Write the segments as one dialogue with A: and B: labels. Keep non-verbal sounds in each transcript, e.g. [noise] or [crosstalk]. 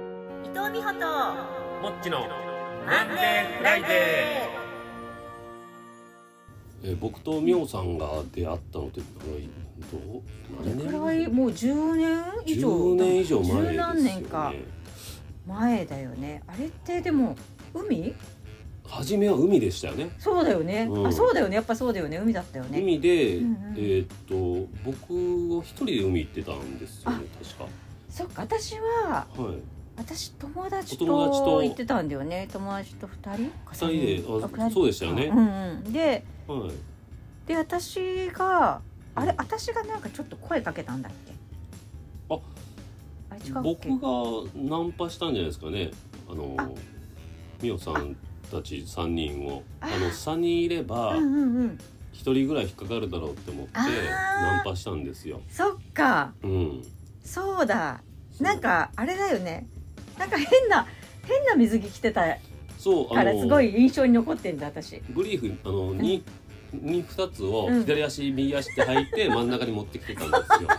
A: 藤美穂と
B: もっちの
A: マンデーフライデ
C: えー僕とミョウさんが出会ったのってどう何
D: く
C: 年
D: らいもう10年以上
C: 10年以上前です
D: 十
C: よ
D: 何年か
C: ね
D: 前だよねあれってでも海
C: 初めは海でしたよね
D: そうだよね、
C: うん
D: あそうだよねやっぱそうだよね海だったよね
C: 海で、
D: うんうん
C: えーっと僕は一人で海行ってたんですよね確
D: そっか私は
C: かはい
D: 私友達
C: お友達と
D: と行ってたんだよね友達と2人
C: 二人であ
D: 二人
C: そうでしたよね
D: うんうん、で
C: はい
D: で私があれ私がなんかちょっと声かけたんだっけ
C: あ
D: あれ違うっ
C: 僕
D: け
C: がナンパしたんじゃないですかねあの
D: あ
C: ミオさんたち3人をあ
D: あ
C: の3人いれば
D: うんうんうん
C: 1人ぐらい引っかかるだろうって思って
D: あー
C: ナンパしたんですよ、
D: そっか
C: うん、
D: そうだ
C: そう
D: なんかあれだよねなんか変な変な水着着てた
C: そう
D: からすごい印象に残ってんだ私
C: ブリーフあのにに二つを
D: うん
C: 左足右足で履い
D: [laughs]
C: て真ん中に持ってきてたんですよ。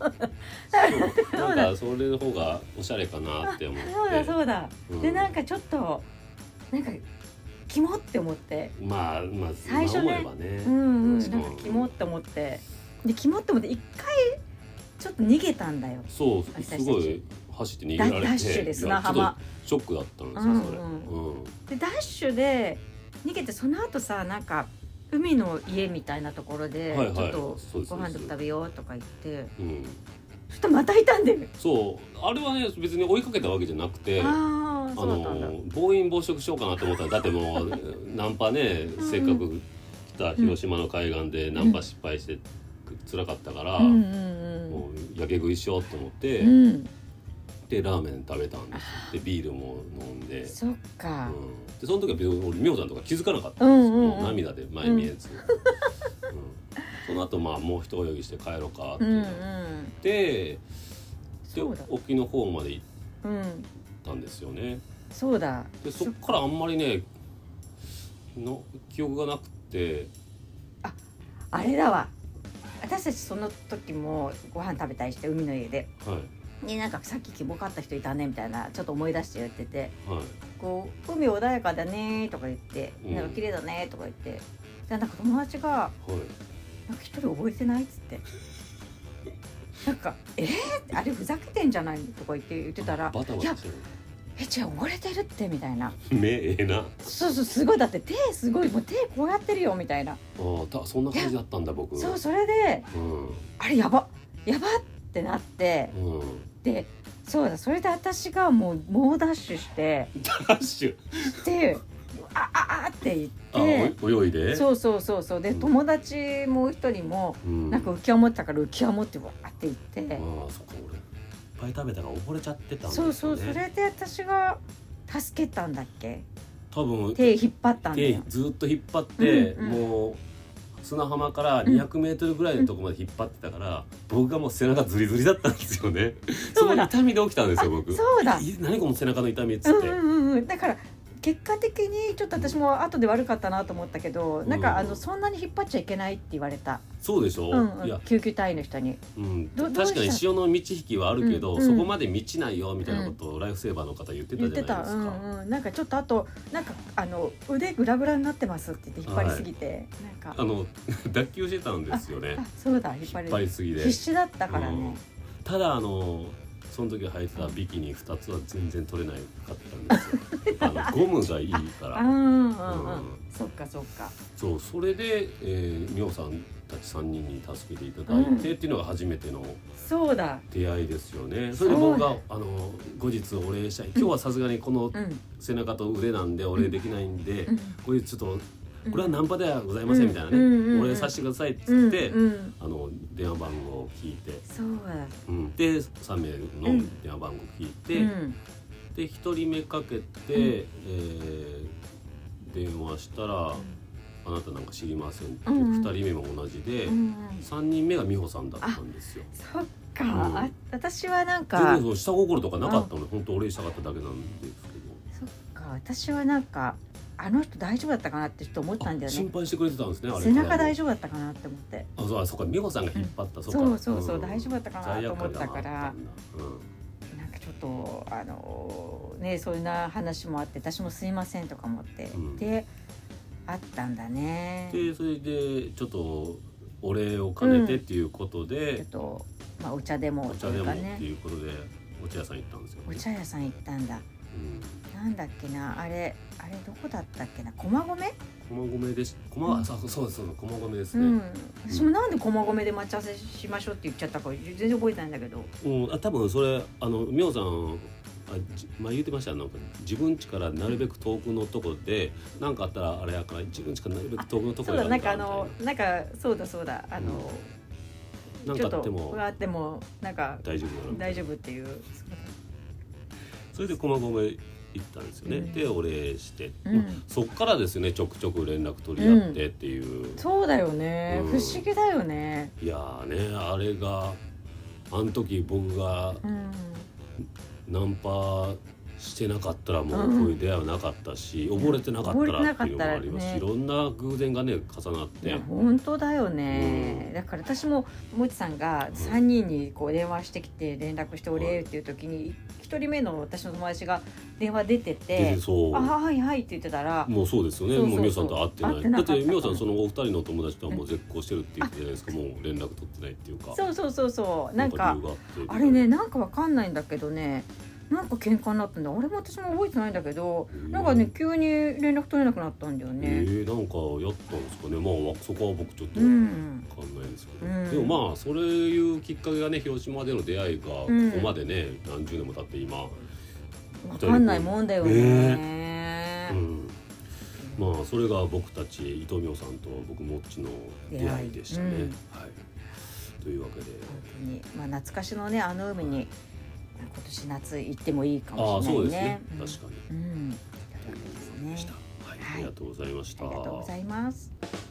C: そうなんかそれの方がおしゃれかなって思って。
D: そうだそうだ、
C: うん
D: でなんかちょっとなんかキモって思って
C: まあまあ
D: 最初ね
C: 今思えばね。
D: うんうん
C: 確か
D: なん
C: に
D: かキモって思ってでキモって思って一回ちょっと逃げたんだよ
C: そう
D: 私た
C: す
D: ち
C: ごい走って逃げられて
D: ダッシュで砂浜
C: いやちょっとショックだったんですよそれ。
D: う
C: う
D: ん
C: ん
D: でダッシュで逃げてその後さなんか海の家みたいなところで、
C: はいはい
D: ちょっと
C: そうです
D: ご飯でも
C: そう
D: 食べようとか言って
C: うん
D: そしたらまたいたんだよ、
C: そうあれはね別に追いかけたわけじゃなくて。
D: ああ
C: あ
D: そうだったんだ、
C: の暴飲暴食しようかなと思ったらだってもうナンパね
D: ん
C: せっかく来た広島の海岸でナンパ失敗して辛かったから、
D: うんうん
C: もうやけ食いしようと思って、
D: うんうん
C: でラーメン食べたんですでビールも飲んで,、
D: そっ
C: う
D: か、
C: ん、でその時は別に俺美穂さんとか気づかなかったんですよ、
D: うんうんうん
C: もう涙で前見えず、うんその後まあもう一泳ぎして帰ろうかって
D: うん、
C: な
D: う
C: んって、
D: そう
C: で
D: だ
C: 沖の方まで行っ
D: うん
C: たんですよね。
D: そうだ
C: でそっからあんまりねの記憶がなくて
D: あれだわ私たちその時もご飯食べたりして海の家で
C: はい
D: でなんかさっきキモかった人いたねみたいなちょっと思い出して言ってて
C: はい
D: こう海穏やかだねとか言って、
C: うん
D: なんか綺麗だねとか言ってでなんか友達が
C: はい
D: 「なんか一人覚えてない?」っつって「なんかえー、あれふざけてんじゃない?」とか言って言ってたら「
C: バタバ
D: いや
C: タしてる
D: え違う溺れてるって」みたいな
C: 目ええなあ
D: 「そうそうすごいだって手すごいもう手こうやってるよ」みたいな、
C: ーたそんな感じだったんだ僕
D: そうそれで
C: うん
D: 「あれやばやば!」ってなって
C: うん
D: でそうだそれで私がもう猛ダッシュして
C: ダッシュ
D: で「あああ」って言って。
C: あお泳いで
D: そうそうそうそうで
C: うん
D: 友達もう一人も
C: うん
D: なんか浮き輪持ってたから浮き輪持ってわーって行って
C: あ、ーそっか俺いっぱい食べたから溺れちゃってたんですよ
D: そう
C: ね
D: そうそれで私が助けたんだっけ
C: 多分
D: 手引っ張ったんだ
C: 手
D: よ
C: ずっと引っ張って、
D: うんうん
C: もう砂浜から200メートルぐらいのとこまで引っ張ってたから、僕がもう背中ズリズリだったんですよね。
D: [laughs] そう
C: その
D: だ
C: 痛みで起きたんですよ僕。
D: そうだ
C: い何この背中の痛みっつ
D: う
C: っ
D: ん
C: て、
D: うんうんうんだから結果的にちょっと私も後で悪かったなと思ったけど、
C: ん
D: なんかあのそんなに引っ張っちゃいけないって言われた、
C: そうでしょ、
D: うんう
C: い
D: ん
C: や、、
D: 救急隊員の人に
C: うん、
D: どどう
C: 確かに
D: した
C: 潮の満ち引きはあるけど、
D: うんうん
C: そこまで満ちないよみたいなことをライフセーバーの方言ってたじゃ
D: 言っ
C: ないで
D: て
C: すか
D: た、、うんうん、なんかちょっとあとなんかあの腕グラグラになってますって言って引っ張りすぎて、なんか
C: あの [laughs] 脱臼してたんですよね
D: あそうだ引っ
C: 引
D: 張
C: っ
D: り
C: 張りすぎで
D: 必死だったからね、
C: うんただあのその時履いてたビキニ2つは全然取れなかった
D: [laughs]
C: んですよあのゴムがいいか
D: あう
C: ら
D: んうんう
C: う
D: ん、
C: ん
D: そっかそっか
C: そうそれで、えー、ミョウさんたち3人に助けていただいてっていうのが初めての
D: そうだ
C: 出会いですよね。そ
D: そう
C: れで僕があの後日お礼したい今日はさすがにこの
D: うん
C: 背中と腕なんでお礼できないんで、
D: うん
C: これちょっと
D: うん
C: これはナンパではございませんみたいなね、
D: うんうんうん
C: お礼させてくださいっつ
D: うん
C: って、
D: うん
C: あの電話番号を聞いて、
D: そうだ
C: うんで3名
D: う
C: の
D: ん
C: 電話番号聞いて、
D: うん
C: で1人目かけて、えー電話したら「あなたなんか知りません」って、
D: うんうん
C: 2人目も同じで、
D: うん
C: 3人目が美穂さんだったんですよ。
D: そっか、
C: うん
D: あ私はなん
C: 全然
D: か
C: その下心とかなかったので本当お礼したかっただけなんですけど。
D: そっか私はなんかあの人大丈夫だったかなってちょっと思ったんだよ
C: 心
D: ね
C: 配してくれてたんですね。あれ
D: 背中大丈夫だったかなって思って
C: 夫。あ、そう、あそうか、美穂さんが引っ張った。
D: そうそうそう大丈夫
C: だ
D: だったかなと思ったか
C: 罪悪感
D: ら
C: があったんだ
D: なんかちょょっとあのねそういうな話もあって私もすいませんとか思って、
C: うん
D: であったんだねち
C: でそれでちょっとお礼を兼ねてっていうこと
D: ょ
C: で
D: っ、と、まあ、お茶で
C: お
D: もと
C: 茶
D: い
C: で
D: う
C: も
D: か
C: って
D: ね
C: いうことでお茶屋さん行ったんですよ、ね、
D: お茶屋さん行ったんだ
C: うん
D: なんだっけなあれあれどこだったっけな駒込、
C: 駒込でし駒、
D: うん
C: そうそうそうそう駒込です
D: う
C: ね
D: ん、私もなんで駒込で待ち合わせしましょうって言っちゃったか全然覚えてないんだけど
C: うん、あ多分それあのみょうさんあじ前言ってましたなんか自分家からなるべく遠くのとこで何かあったらあれやから自分家からなるべく遠くのとこ
D: そう
C: や
D: だ
C: ら
D: なんかあのなんかそうだそうだあの、
C: みたいななんかあっても
D: あってもなんか
C: 大丈夫だなみたい
D: 大
C: な
D: 丈夫っていう
C: それで駒込行ったんですよね、
D: うん
C: でお礼して、
D: うん
C: まあそっからですねちょくちょく連絡取り合ってっていう、
D: そうだよね、
C: うん
D: 不思議だよね
C: いやーねあれがあの時僕が
D: うん
C: ナンパしてなかったらもうこういう出会いはなかったし、溺れてなかったらっていうのもありますし、い
D: 溺
C: ろんな偶然がね重なっ
D: い
C: て、
D: や本当だよね、
C: うん
D: だから私ももちさんが3人にこう電話してきて連絡してお礼っていう時に1人目の私の友達が電話出てて
C: でそ
D: 「
C: う
D: あはいはい」って言ってたら
C: もうそうですよね
D: そうそうそう
C: もうみおさんと会ってない
D: 会ってなかった
C: だってみおさんそのお二人の友達とはもう絶交してるって言ってたじゃないですかもう連絡取ってないっていうか
D: そうそうそうそうなん
C: 理
D: か
C: 由があって
D: あれねなんかわかんないんだけどねなんか喧嘩になったんだ俺も私も覚えてないんだけど
C: うん
D: なんかね急に連絡取れなくなったんだよ
C: え
D: ね。
C: ー、なんかやったんですかねまあそこは僕ちょっと
D: う
C: 分
D: ん
C: かんないですけど、
D: うん
C: でもまあそういうきっかけがね広島での出会いがここ
D: うん
C: までね、何十年も経って今、
D: わかんないもんだよ
C: う
D: ね。
C: ん、まあそれが僕たち伊藤美穂さんと僕もっちの出会いでしたね。
D: 出会いうん
C: はい、というわけで
D: 本当にまあ懐かしのねあの海に今年夏行ってもいいか
C: あ
D: も
C: あ
D: し
C: そう
D: れ
C: です
D: ないね
C: ね。。確かに
D: に。うん。というわけ
C: で
D: で
C: し
D: す
C: た
D: ね。
C: はい、
D: はい
C: ありがとうございまし
D: あ
C: た。
D: りがとうございます。